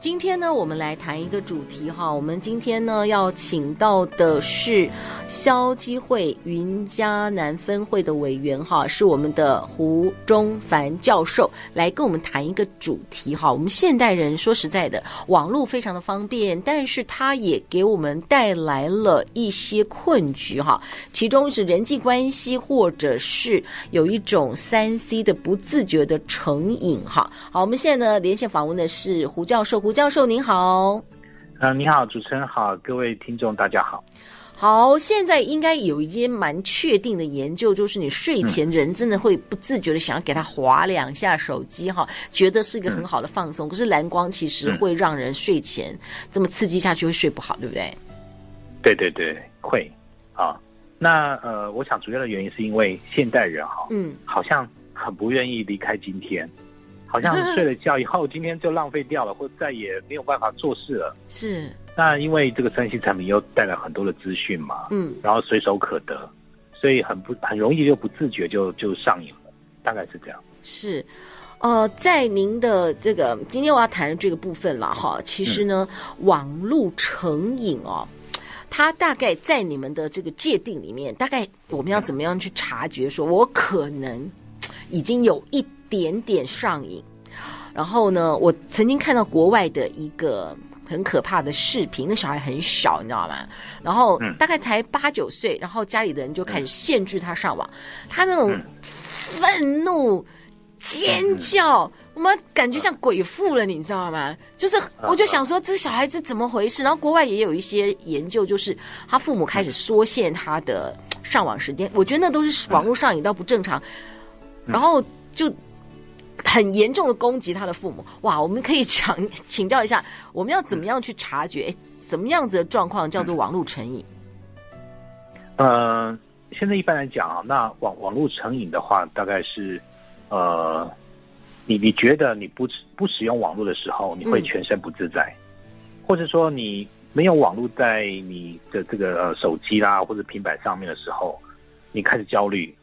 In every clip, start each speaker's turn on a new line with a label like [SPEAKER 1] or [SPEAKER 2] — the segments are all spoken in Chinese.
[SPEAKER 1] 今天呢，我们来谈一个主题哈。我们今天呢要请到的是消基会云嘉南分会的委员哈，是我们的胡中凡教授来跟我们谈一个主题哈。我们现代人说实在的，网络非常的方便，但是它也给我们带来了一些困局哈，其中是人际关系或者是有一种三 C 的不自觉的成瘾哈。好，我们现在呢连线访问的是胡教授。胡教授您好，
[SPEAKER 2] 呃，你好，主持人好，各位听众大家好。
[SPEAKER 1] 好，现在应该有一些蛮确定的研究，就是你睡前人真的会不自觉的想要给他划两下手机哈，觉得是一个很好的放松。可是蓝光其实会让人睡前这么刺激下去会睡不好，对不对？
[SPEAKER 2] 对对对，会啊。那呃，我想主要的原因是因为现代人哈，嗯，好像很不愿意离开今天。好像睡了觉以后，今天就浪费掉了，或再也没有办法做事了。
[SPEAKER 1] 是。
[SPEAKER 2] 那因为这个三 C 产品又带来很多的资讯嘛，嗯，然后随手可得，所以很不很容易就不自觉就就上瘾了，大概是这样。
[SPEAKER 1] 是。呃，在您的这个今天我要谈的这个部分了哈，其实呢，嗯、网络成瘾哦。它大概在你们的这个界定里面，大概我们要怎么样去察觉说，说我可能已经有一。点点上瘾，然后呢，我曾经看到国外的一个很可怕的视频，那小孩很小，你知道吗？然后大概才八九岁，然后家里的人就开始限制他上网，他那种愤怒、尖叫，
[SPEAKER 2] 嗯
[SPEAKER 1] 我们感觉像鬼父了，你知道吗？就是
[SPEAKER 2] 啊
[SPEAKER 1] 我就想说，这小孩子怎么回事？然后国外也有一些研究，就是他父母
[SPEAKER 2] 嗯
[SPEAKER 1] 开始缩限他的上网时间，我觉得那都是网络上瘾到不正常，
[SPEAKER 2] 嗯
[SPEAKER 1] 然后就。很严重的攻击他的父母，哇！我们可以讲请教一下，我们要
[SPEAKER 2] 嗯
[SPEAKER 1] 怎么样去察觉什么样子的状况叫做网络成瘾？
[SPEAKER 2] 呃，现在一般来讲啊，那网网络成瘾的话，大概是呃，你你觉得你不不使用网络的时候，你会全身不自在，嗯、或者说你没有网络在你的这个呃手机啦或者平板上面的时候，你开始焦虑，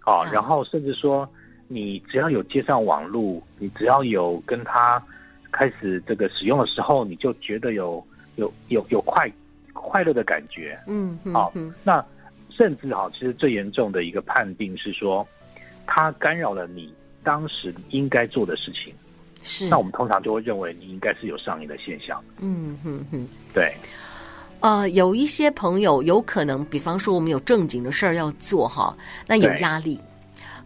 [SPEAKER 2] 啊，啊然后甚至说。你只要有接上网络，你只要有跟它开始这个使用的时候，你就觉得有有有有快快乐的感觉，
[SPEAKER 1] 嗯，
[SPEAKER 2] 好、嗯哦，那甚至哈、哦，其实最严重的一个判定是说，它干扰了你当时应该做的事情，
[SPEAKER 1] 是，
[SPEAKER 2] 那我们通常就会认为你应该是有上瘾的现象，
[SPEAKER 1] 嗯哼哼，
[SPEAKER 2] 对。
[SPEAKER 1] 呃，有一些朋友有可能，比方说我们有正经的事儿要做哈，那有压力。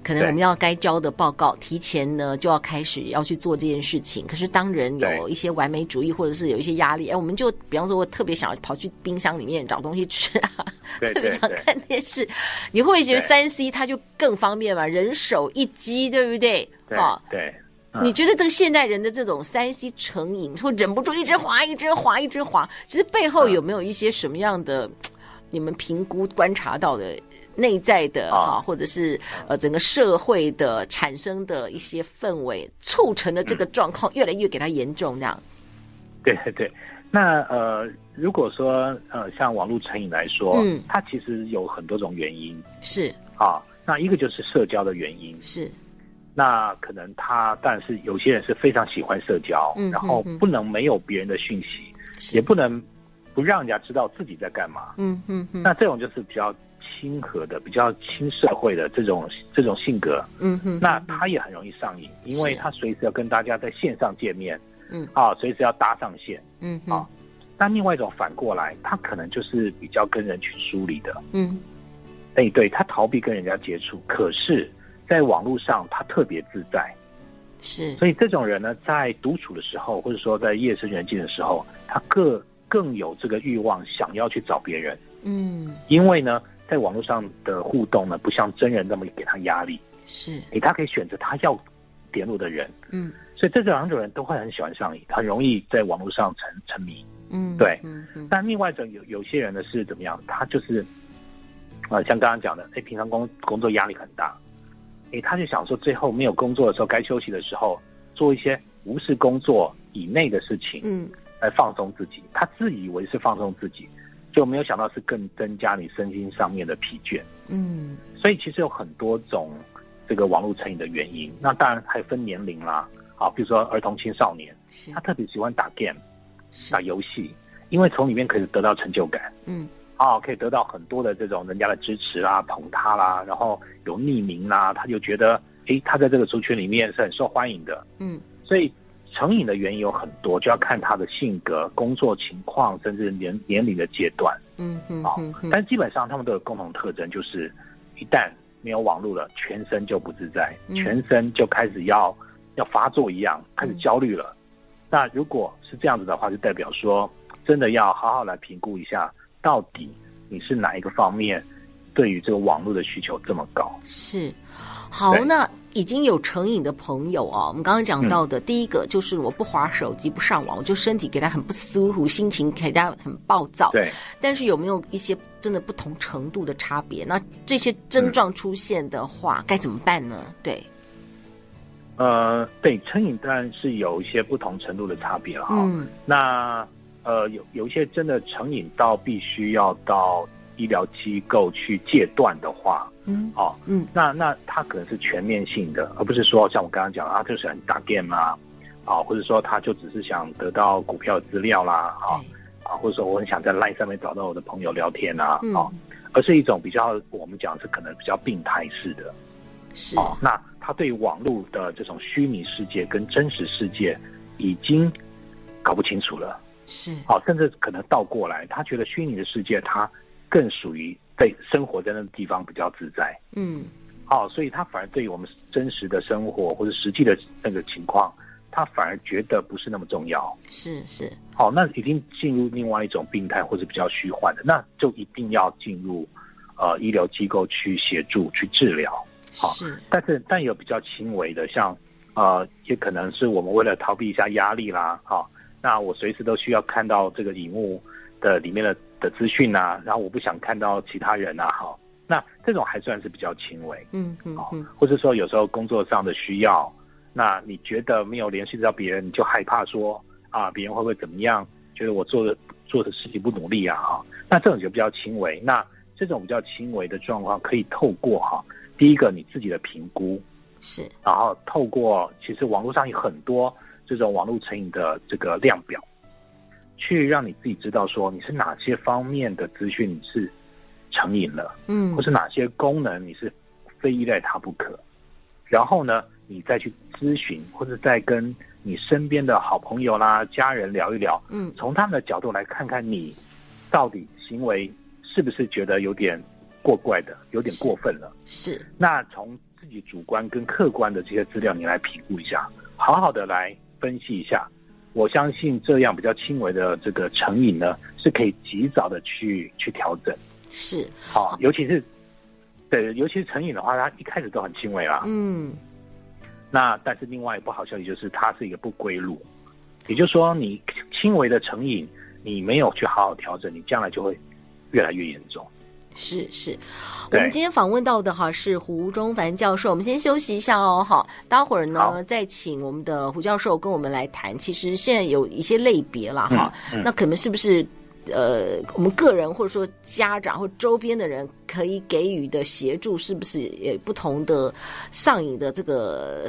[SPEAKER 1] 可能我们要该交的报告，提前呢就要开始要去做这件事情。可是当人有一些完美主义，或者是有一些压力，哎，我们就比方说，我特别想要跑去冰箱里面找东西吃啊，
[SPEAKER 2] 对
[SPEAKER 1] 对对特别想看电视。你会不会觉得三 C 它就更方便嘛？人手一机，对不对？
[SPEAKER 2] 啊，对。嗯、
[SPEAKER 1] 你觉得这个现代人的这种三 C 成瘾，说忍不住一直滑，一直滑，一直滑，其实背后有没有一些什么样的、嗯、你们评估观察到的？内在的哈，
[SPEAKER 2] 啊
[SPEAKER 1] 或者是呃整个社会的产生的一些氛围，促成了这个状况越来越给它严重这样。
[SPEAKER 2] 对对对，那呃如果说呃像网络成瘾来说，嗯，它其实有很多种原因。
[SPEAKER 1] 是
[SPEAKER 2] 啊，那一个就是社交的原因。
[SPEAKER 1] 是，
[SPEAKER 2] 那可能他，但是有些人是非常喜欢社交，嗯、然后不能没有别人的讯息，也不能不让人家知道自己在干嘛。
[SPEAKER 1] 嗯嗯嗯，
[SPEAKER 2] 那这种就是比较。亲和的、比较亲社会的这种这种性格，
[SPEAKER 1] 嗯哼，
[SPEAKER 2] 那他也很容易上瘾，因为他随时要跟大家在线上见面，嗯，啊，随时要搭上线，
[SPEAKER 1] 嗯，啊，
[SPEAKER 2] 那另外一种反过来，他可能就是比较跟人群疏离的，
[SPEAKER 1] 嗯，
[SPEAKER 2] 哎，对他逃避跟人家接触，可是在网络上他特别自在，
[SPEAKER 1] 是，
[SPEAKER 2] 所以这种人呢，在独处的时候，或者说在夜深人静的时候，他更更有这个欲望想要去找别人，
[SPEAKER 1] 嗯，
[SPEAKER 2] 因为呢。在网络上的互动呢，不像真人那么给他压力，
[SPEAKER 1] 是，
[SPEAKER 2] 诶，他可以选择他要联络的人，
[SPEAKER 1] 嗯，
[SPEAKER 2] 所以这两种人都会很喜欢上瘾，很容易在网络上沉沉迷。
[SPEAKER 1] 嗯，
[SPEAKER 2] 对
[SPEAKER 1] 嗯嗯
[SPEAKER 2] 但另外一种有有些人呢是怎么样？他就是，呃，像刚刚讲的，哎，平常工工作压力很大，哎，他就想说最后没有工作的时候，该休息的时候，做一些无视工作以内的事情
[SPEAKER 1] 嗯
[SPEAKER 2] 来放松自己。他自以为是放松自己，就没有想到是更增加你身心上面的疲倦。
[SPEAKER 1] 嗯
[SPEAKER 2] 所以其实有很多种这个网络成瘾的原因。那当然还分年龄啦，啊，比如说儿童青少年，
[SPEAKER 1] 是
[SPEAKER 2] 他特别喜欢打 game
[SPEAKER 1] 是
[SPEAKER 2] 打游戏，因为从里面可以得到成就感。
[SPEAKER 1] 嗯
[SPEAKER 2] 啊，可以得到很多的这种人家的支持啦、捧他啦，然后有匿名啦，他就觉得，诶，他在这个族群里面是很受欢迎的。
[SPEAKER 1] 嗯
[SPEAKER 2] 所以成瘾的原因有很多，就要看他的性格、工作情况，甚至年年龄的阶段。
[SPEAKER 1] 嗯嗯
[SPEAKER 2] 好哎
[SPEAKER 1] 嗯嗯
[SPEAKER 2] 但基本上他们都有共同特征，就是一旦没有网络了，全身就不自在，
[SPEAKER 1] 嗯
[SPEAKER 2] 全身就开始要要发作一样，开始焦虑了。那如果是这样子的话，就代表说真的要好好来评估一下，到底你是哪一个方面对于这个网络的需求这么高？
[SPEAKER 1] 是，好，
[SPEAKER 2] 对
[SPEAKER 1] 那已经有成瘾的朋友哦，我们刚刚讲到的、第一个就是我不划手机、不上网，我就身体给他很不舒服，心情给他很暴躁。
[SPEAKER 2] 对，
[SPEAKER 1] 但是有没有一些真的不同程度的差别？那这些症状出现的话，该怎么办呢？对，
[SPEAKER 2] 呃，对，成瘾当然是有一些不同程度的差别了哈。
[SPEAKER 1] 嗯
[SPEAKER 2] 那呃，有有一些真的成瘾到必须要到医疗机构去戒断的话，
[SPEAKER 1] 嗯
[SPEAKER 2] 哦，
[SPEAKER 1] 嗯，
[SPEAKER 2] 那那它可能是全面性的，而不是说像我刚刚讲的啊，就是很打 game 啊，啊，或者说他就只是想得到股票资料啦，啊
[SPEAKER 1] 对，
[SPEAKER 2] 啊，或者说我很想在 LINE 上面找到我的朋友聊天啊，
[SPEAKER 1] 嗯
[SPEAKER 2] 啊，而是一种比较我们讲是可能比较病态式的，
[SPEAKER 1] 是
[SPEAKER 2] 哦，那他对网络的这种虚拟世界跟真实世界已经搞不清楚了。
[SPEAKER 1] 是，
[SPEAKER 2] 好，甚至可能倒过来，他觉得虚拟的世界他更属于在生活在那个地方比较自在，
[SPEAKER 1] 嗯
[SPEAKER 2] 哦，所以他反而对于我们真实的生活或者实际的那个情况，他反而觉得不是那么重要。
[SPEAKER 1] 是是，
[SPEAKER 2] 好，那已经进入另外一种病态或者比较虚幻的，那就一定要进入呃医疗机构去协助去治疗。好
[SPEAKER 1] 是
[SPEAKER 2] 但是但有比较轻微的，像呃，也可能是我们为了逃避一下压力啦，哈、那我随时都需要看到这个荧幕的里面的的资讯啊，然后我不想看到其他人啊，哈、那这种还算是比较轻微，
[SPEAKER 1] 嗯嗯
[SPEAKER 2] 哦
[SPEAKER 1] 嗯，
[SPEAKER 2] 或者说有时候工作上的需要，那你觉得没有联系到别人，你就害怕说啊，别人会不会怎么样？觉得我做的做的事情不努力啊，哈，那这种就比较轻微。那这种比较轻微的状况，可以透过哈、第一个你自己的评估，
[SPEAKER 1] 是
[SPEAKER 2] 然后透过其实网络上有很多这种网络成瘾的这个量表，去让你自己知道说你是哪些方面的资讯你是成瘾了，
[SPEAKER 1] 嗯
[SPEAKER 2] 或是哪些功能你是非依赖它不可。然后呢，你再去咨询，或者再跟你身边的好朋友啦、家人聊一聊，
[SPEAKER 1] 嗯
[SPEAKER 2] 从他们的角度来看看你到底行为是不是觉得有点过怪的，有点过分了。
[SPEAKER 1] 是
[SPEAKER 2] 那从自己主观跟客观的这些资料，你来评估一下，好好的来分析一下。我相信这样比较轻微的这个成瘾呢，是可以及早的去去调整。
[SPEAKER 1] 是，
[SPEAKER 2] 好、尤其是对，尤其是成瘾的话，它一开始都很轻微啦。
[SPEAKER 1] 嗯
[SPEAKER 2] 那但是另外一个不好消息就是，它是一个不归路，也就是说，你轻微的成瘾，你没有去好好调整，你将来就会越来越严重。
[SPEAKER 1] 是是，我
[SPEAKER 2] 对
[SPEAKER 1] 们今天访问到的哈是胡中凡教授，我们先休息一下哦，好，待会儿呢
[SPEAKER 2] 好
[SPEAKER 1] 再请我们的胡教授跟我们来谈。其实现在有一些类别了哈，
[SPEAKER 2] 嗯嗯
[SPEAKER 1] 那可能是不是呃我们个人或者说家长或周边的人可以给予的协助，是不是也不同的上瘾的这个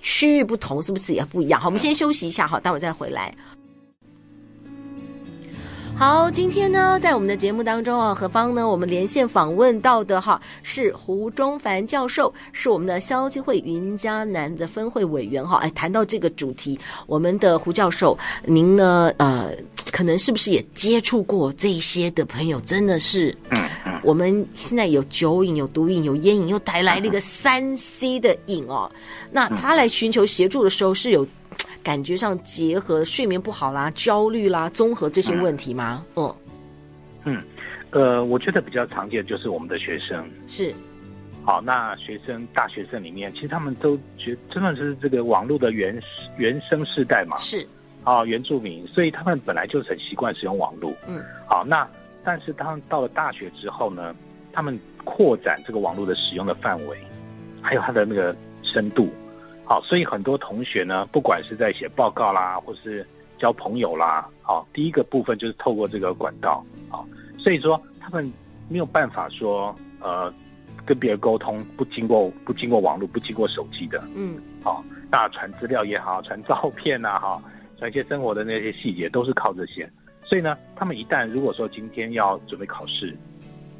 [SPEAKER 1] 区域不同，是不是也不一样？好，我们
[SPEAKER 2] 嗯
[SPEAKER 1] 先休息一下哈，待会儿再回来。好，今天呢，在我们的节目当中啊，何方呢，我们连线访问到的哈是胡中凡教授，是我们的消基会云嘉南的分会委员哈。哎，谈到这个主题，我们的胡教授，您呢，呃，可能是不是也接触过这一些的朋友？真的是，
[SPEAKER 2] 嗯嗯，
[SPEAKER 1] 我们现在有酒瘾、有毒瘾、有烟瘾，又带来了一个三 C 的瘾哦。那他来寻求协助的时候，是有感觉上结合睡眠不好啦、焦虑啦、综合这些问题吗？嗯，
[SPEAKER 2] 呃，我觉得比较常见的就是我们的学生。
[SPEAKER 1] 嗯是，
[SPEAKER 2] 好，那学生、大学生里面，其实他们都觉真的是这个网络的原原生世代嘛，
[SPEAKER 1] 是，
[SPEAKER 2] 啊、原住民，所以他们本来就很习惯使用网络。
[SPEAKER 1] 嗯，
[SPEAKER 2] 好，那但是他们到了大学之后呢，他们扩展这个网络的使用的范围，还有它的那个深度。好，所以很多同学呢，不管是在写报告啦，或是交朋友啦，好，第一个部分就是透过这个管道，好，所以说他们没有办法说呃跟别人沟通，不经过不经过网络，不经过手机的，
[SPEAKER 1] 嗯
[SPEAKER 2] 那传资料也好，传照片啊，哈，传一些生活的那些细节，都是靠这些。所以呢，他们一旦如果说今天要准备考试，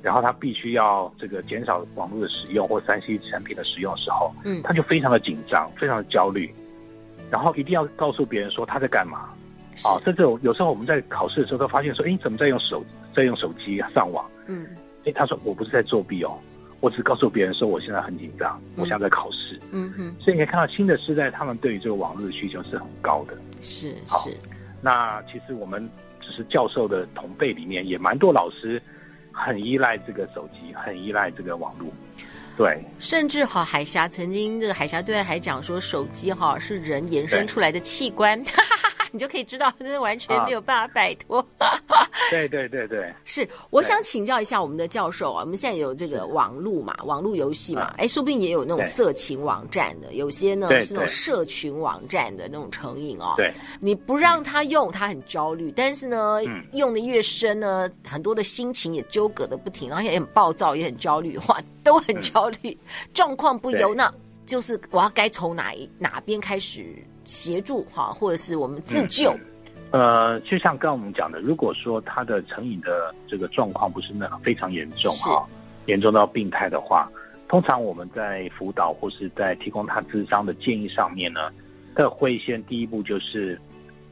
[SPEAKER 2] 然后他必须要这个减少网络的使用或三 C 产品的使用的时候，
[SPEAKER 1] 嗯
[SPEAKER 2] 他就非常的紧张，非常的焦虑，然后一定要告诉别人说他在干嘛。
[SPEAKER 1] 是
[SPEAKER 2] 啊，甚至有有时候我们在考试的时候，都发现说，诶，你怎么在用手在用手机上网？
[SPEAKER 1] 嗯
[SPEAKER 2] 诶，他说我不是在作弊哦，我只是告诉别人说我现在很紧张，我现在在考试。
[SPEAKER 1] 嗯哼，
[SPEAKER 2] 所以你可以看到新的时代，他们对于这个网络的需求是很高的。
[SPEAKER 1] 是
[SPEAKER 2] 好
[SPEAKER 1] 是，
[SPEAKER 2] 那其实我们只是教授的同辈里面，也蛮多老师很依赖这个手机，很依赖这个网络。对，
[SPEAKER 1] 甚至哈，海峡曾经这个海峡对外还讲说，手机哈是人延伸
[SPEAKER 2] 对
[SPEAKER 1] 出来的器官， 哈哈哈，你就可以知道，真的完全
[SPEAKER 2] 啊
[SPEAKER 1] 没有办法摆脱。
[SPEAKER 2] 对对对对，
[SPEAKER 1] 是，我
[SPEAKER 2] 对
[SPEAKER 1] 想请教一下我们的教授啊，我们现在有这个网络嘛，网络游戏嘛
[SPEAKER 2] 啊，
[SPEAKER 1] 哎、说不定也有那种
[SPEAKER 2] 对
[SPEAKER 1] 色情网站的，有些呢
[SPEAKER 2] 对
[SPEAKER 1] 是那种
[SPEAKER 2] 对
[SPEAKER 1] 社群网站的那种成瘾哦。
[SPEAKER 2] 对，
[SPEAKER 1] 你不让他用，他很焦虑，但是呢，
[SPEAKER 2] 嗯
[SPEAKER 1] 用的越深呢，很多的心情也纠葛的不停，然后也很暴躁，也很焦虑，哇，都很
[SPEAKER 2] 嗯
[SPEAKER 1] 焦虑，状况不由
[SPEAKER 2] 对
[SPEAKER 1] 那，就是我要该从哪一哪边开始协助哈，或者是我们
[SPEAKER 2] 嗯
[SPEAKER 1] 自救，
[SPEAKER 2] 呃，就像刚刚我们讲的，如果说他的成瘾的这个状况不是那非常严重
[SPEAKER 1] 是
[SPEAKER 2] 啊，严重到病态的话，通常我们在辅导或是在提供他智商的建议上面呢，他会先第一步就是，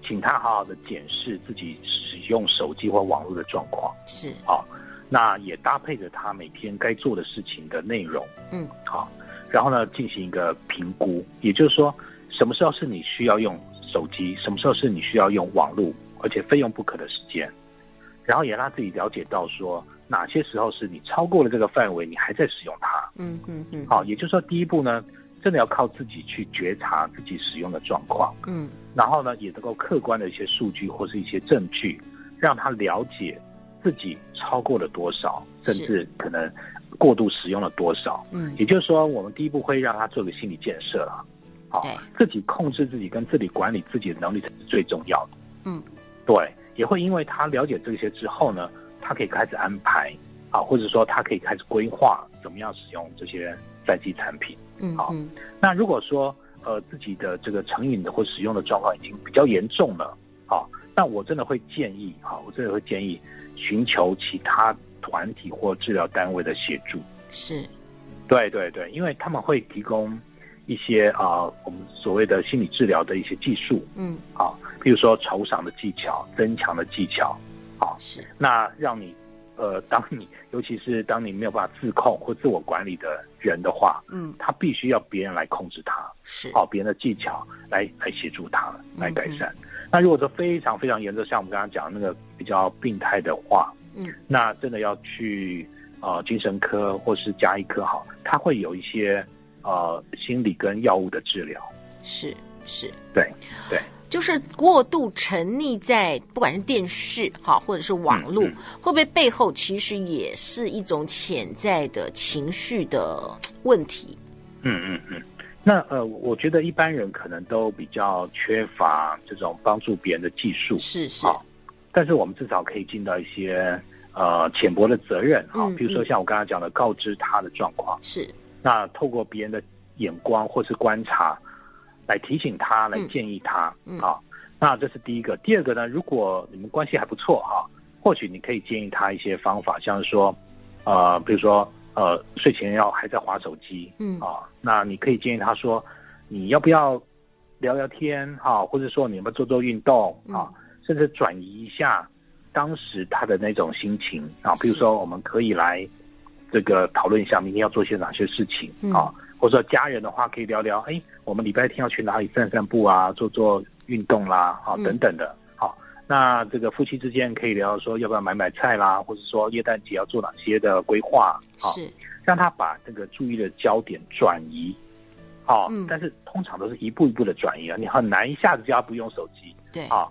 [SPEAKER 2] 请他好好的检视自己使用手机或网络的状况。
[SPEAKER 1] 是
[SPEAKER 2] 那也搭配着他每天该做的事情的内容，
[SPEAKER 1] 嗯，
[SPEAKER 2] 好，然后呢进行一个评估，也就是说，什么时候是你需要用手机，什么时候是你需要用网络，而且非用不可的时间，然后也让自己了解到说，哪些时候是你超过了这个范围，你还在使用它，
[SPEAKER 1] 嗯嗯嗯，
[SPEAKER 2] 好，也就是说，第一步呢，真的要靠自己去觉察自己使用的状况。
[SPEAKER 1] 嗯
[SPEAKER 2] 然后呢，也能够客观的一些数据或是一些证据，让他了解自己超过了多少，
[SPEAKER 1] 是
[SPEAKER 2] 甚至可能过度使用了多少。
[SPEAKER 1] 嗯，
[SPEAKER 2] 也就是说，我们第一步会让他做个心理建设了，好
[SPEAKER 1] 对，
[SPEAKER 2] 自己控制自己跟自己管理自己的能力才是最重要的。
[SPEAKER 1] 嗯，
[SPEAKER 2] 对，也会因为他了解这些之后呢，他可以开始安排啊，或者说他可以开始规划怎么样使用这些三 G 产品。
[SPEAKER 1] 嗯
[SPEAKER 2] 好
[SPEAKER 1] 嗯
[SPEAKER 2] 那如果说呃自己的这个成瘾的或使用的状况已经比较严重了，好、那我真的会建议，好、我真的会建议寻求其他团体或治疗单位的协助。
[SPEAKER 1] 是，
[SPEAKER 2] 对对对，因为他们会提供一些啊、我们所谓的心理治疗的一些技术，
[SPEAKER 1] 嗯
[SPEAKER 2] 啊、比如说酬赏的技巧、增强的技巧，
[SPEAKER 1] 是，
[SPEAKER 2] 那让你呃，当你尤其是当你没有办法自控或自我管理的人的话，
[SPEAKER 1] 嗯
[SPEAKER 2] 他必须要别人来控制他。
[SPEAKER 1] 是，
[SPEAKER 2] 靠别人的技巧来来协助他来改
[SPEAKER 1] 嗯
[SPEAKER 2] 善。那如果说非常非常严重，像我们刚刚讲的那个比较病态的话，
[SPEAKER 1] 嗯，
[SPEAKER 2] 那真的要去呃精神科或是加医科好，它会有一些呃心理跟药物的治疗。
[SPEAKER 1] 是是，
[SPEAKER 2] 对对，
[SPEAKER 1] 就是过度沉溺在不管是电视哈，或者是网络，
[SPEAKER 2] 嗯嗯
[SPEAKER 1] 会不会背后其实也是一种潜在的情绪的问题？
[SPEAKER 2] 嗯嗯嗯。那呃，我觉得一般人可能都比较缺乏这种帮助别人的技术，
[SPEAKER 1] 是是，
[SPEAKER 2] 嗯好但是我们至少可以尽到一些呃浅薄的责任啊
[SPEAKER 1] 嗯，
[SPEAKER 2] 比如说
[SPEAKER 1] 嗯
[SPEAKER 2] 像我刚刚讲的，告知他的状况。
[SPEAKER 1] 是
[SPEAKER 2] 那透过别人的眼光或是观察，来提醒他，来
[SPEAKER 1] 嗯
[SPEAKER 2] 建议他、
[SPEAKER 1] 嗯
[SPEAKER 2] 啊。那这是第一个。第二个呢，如果你们关系还不错啊，或许你可以建议他一些方法，像是说，呃，比如说，呃，睡前要还在划手机
[SPEAKER 1] 嗯
[SPEAKER 2] 啊，那你可以建议他说，你要不要聊聊天啊，或者说你要不要做做运动
[SPEAKER 1] 嗯
[SPEAKER 2] 啊，甚至转移一下当时他的那种心情啊，比如
[SPEAKER 1] 是
[SPEAKER 2] 说我们可以来这个讨论一下明天要做些哪些事情
[SPEAKER 1] 嗯
[SPEAKER 2] 啊，或者说家人的话可以聊聊，哎，我们礼拜天要去哪里散散步啊，做做运动啦，啊
[SPEAKER 1] 嗯
[SPEAKER 2] 等等的，好、那这个夫妻之间可以聊说要不要买买菜啦，或者说耶诞节要做哪些的规划啊，
[SPEAKER 1] 是
[SPEAKER 2] 让他把这个注意的焦点转移。好、
[SPEAKER 1] 嗯
[SPEAKER 2] 但是通常都是一步一步的转移啊，你很难一下子叫他不用手机
[SPEAKER 1] 对，
[SPEAKER 2] 啊。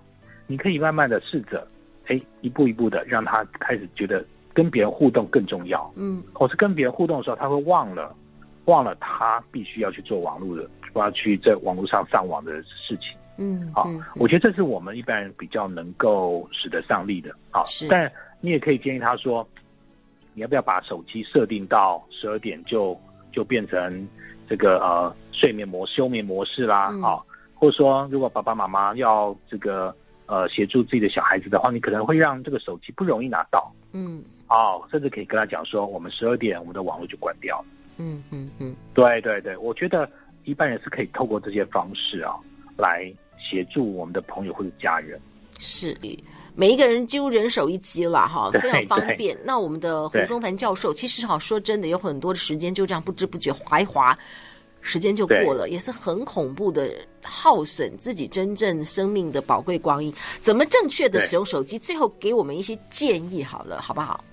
[SPEAKER 2] 你可以慢慢的试着，哎，一步一步的让他开始觉得跟别人互动更重要。
[SPEAKER 1] 嗯
[SPEAKER 2] 我是跟别人互动的时候，他会忘了，忘了他必须要去做网络的，要去在网络上上网的事情。
[SPEAKER 1] 嗯，
[SPEAKER 2] 好
[SPEAKER 1] 嗯
[SPEAKER 2] 我觉得这是我们一般人比较能够使得上力的啊
[SPEAKER 1] 是。嗯
[SPEAKER 2] 但你也可以建议他说，你要不要把手机设定到十二点就就变成这个呃睡眠模休眠模式啦
[SPEAKER 1] 嗯
[SPEAKER 2] 啊，或者说如果爸爸妈妈要这个呃协助自己的小孩子的话，你可能会让这个手机不容易拿到。
[SPEAKER 1] 嗯
[SPEAKER 2] 哦，甚至可以跟他讲说，我们十二点我们的网络就关掉了。
[SPEAKER 1] 嗯嗯嗯，
[SPEAKER 2] 对对对，我觉得一般人是可以透过这些方式啊，来协助我们的朋友或者家人。
[SPEAKER 1] 是。每一个人几乎人手一机了哈，
[SPEAKER 2] 对
[SPEAKER 1] 非常方
[SPEAKER 2] 对
[SPEAKER 1] 便。那我们的胡
[SPEAKER 2] 对
[SPEAKER 1] 中凡教授，其实哈，说真的，有很多的时间就这样不知不觉划一划，时间就过了，也是很恐怖的，耗损自己真正生命的宝贵光阴。怎么正确的
[SPEAKER 2] 对
[SPEAKER 1] 使用手机？最后给我们一些建议好了，好不好？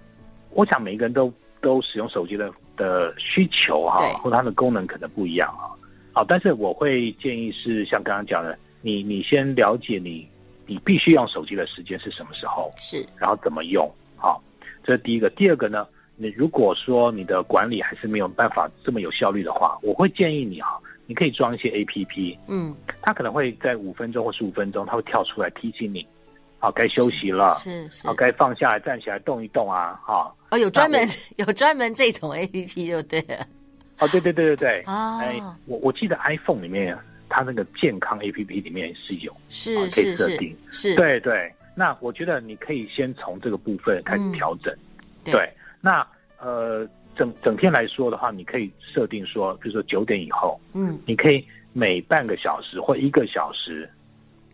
[SPEAKER 2] 我想每一个人都都使用手机的的需求哈、
[SPEAKER 1] 对
[SPEAKER 2] 或它的功能可能不一样啊。好，但是我会建议是像刚刚讲的，你你先了解你你必须用手机的时间是什么时候，
[SPEAKER 1] 是，
[SPEAKER 2] 然后怎么用。好，这是第一个。第二个呢，你如果说你的管理还是没有办法这么有效率的话，我会建议你哈、你可以装一些 APP，
[SPEAKER 1] 嗯，
[SPEAKER 2] 它可能会在五分钟或十五分钟，它会跳出来提醒你，好、该休息了，
[SPEAKER 1] 是是
[SPEAKER 2] 好、。该放下来站起来动一动啊，哈、
[SPEAKER 1] 哦，有专门
[SPEAKER 2] 那
[SPEAKER 1] 有专门这种 A P P 就对了。
[SPEAKER 2] 哦，对对对对对，
[SPEAKER 1] 哦
[SPEAKER 2] 哎，我我记得 iPhone 里面啊它那个健康 APP 里面是有，
[SPEAKER 1] 是
[SPEAKER 2] 啊可以
[SPEAKER 1] 是
[SPEAKER 2] 设
[SPEAKER 1] 是
[SPEAKER 2] 定
[SPEAKER 1] 是，
[SPEAKER 2] 对对，那我觉得你可以先从这个部分开始
[SPEAKER 1] 嗯
[SPEAKER 2] 调整。
[SPEAKER 1] 对
[SPEAKER 2] 对，那呃，整整天来说的话，你可以设定说，比如说九点以后，
[SPEAKER 1] 嗯
[SPEAKER 2] 你可以每半个小时或一个小时，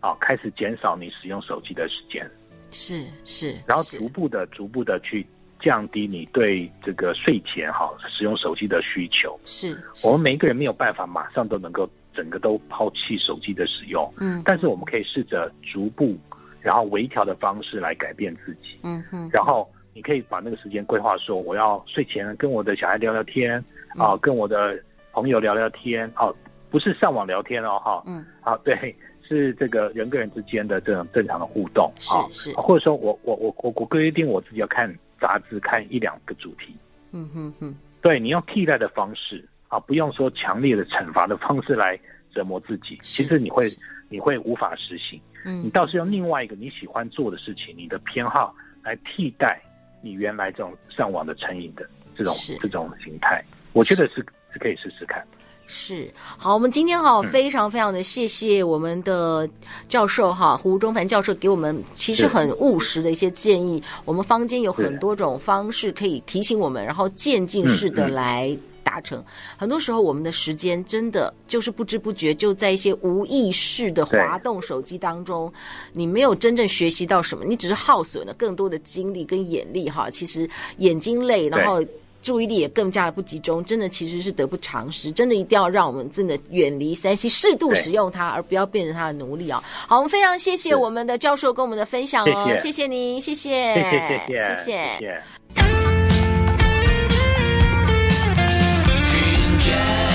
[SPEAKER 2] 啊，开始减少你使用手机的时间，
[SPEAKER 1] 是是，
[SPEAKER 2] 然后
[SPEAKER 1] 是
[SPEAKER 2] 逐步的、逐步的去降低你对这个睡前哈、使用手机的需求。
[SPEAKER 1] 是
[SPEAKER 2] 我们每一个人没有办法马上都能够整个都抛弃手机的使用，
[SPEAKER 1] 嗯
[SPEAKER 2] 但是我们可以试着逐步，然后微调的方式来改变自己。
[SPEAKER 1] 嗯哼，
[SPEAKER 2] 然后你可以把那个时间规划说，我要睡前跟我的小孩聊聊天，
[SPEAKER 1] 嗯
[SPEAKER 2] 啊，跟我的朋友聊聊天，哦、不是上网聊天哦，哈、
[SPEAKER 1] 嗯
[SPEAKER 2] 啊，对，是这个人跟人之间的这种正常的互动，
[SPEAKER 1] 是
[SPEAKER 2] 啊，
[SPEAKER 1] 是
[SPEAKER 2] 或者说我我我我我规定我自己要看杂志，看一两个主题，
[SPEAKER 1] 嗯哼哼，
[SPEAKER 2] 对，你用替代的方式啊，不用说强烈的惩罚的方式来折磨自己，
[SPEAKER 1] 是
[SPEAKER 2] 其实你会
[SPEAKER 1] 是
[SPEAKER 2] 你会无法实行。你
[SPEAKER 1] 嗯
[SPEAKER 2] 倒是用另外一个你喜欢做的事情，你的偏好来替代你原来这种上网的成瘾的这种
[SPEAKER 1] 是
[SPEAKER 2] 这种形态，我觉得是是可以试试看。
[SPEAKER 1] 是好，我们今天
[SPEAKER 2] 嗯
[SPEAKER 1] 哈非常非常的谢谢我们的教授哈胡中凡教授给我们其实
[SPEAKER 2] 是
[SPEAKER 1] 很务实的一些建议，我们坊间有很
[SPEAKER 2] 是
[SPEAKER 1] 多种方式可以提醒我们，然后渐进
[SPEAKER 2] 嗯
[SPEAKER 1] 式的
[SPEAKER 2] 嗯
[SPEAKER 1] 来。达成，很多时候我们的时间真的就是不知不觉就在一些无意识的
[SPEAKER 2] 对
[SPEAKER 1] 滑动手机当中，你没有真正学习到什么，你只是耗损了更多的精力跟眼力哈。其实眼睛累，然
[SPEAKER 2] 对
[SPEAKER 1] 后注意力也更加的不集中，真的其实是得不偿失。真的一定要让我们真的远离三 C，适度
[SPEAKER 2] 对
[SPEAKER 1] 使用它，而不要变成它的奴隶啊！好，我们非常谢谢
[SPEAKER 2] 是
[SPEAKER 1] 我们的教授跟我们的分享哦，
[SPEAKER 2] 谢谢
[SPEAKER 1] 谢谢您，谢谢，
[SPEAKER 2] 谢谢谢谢
[SPEAKER 1] 哎谢谢
[SPEAKER 2] 谢。
[SPEAKER 3] 听见。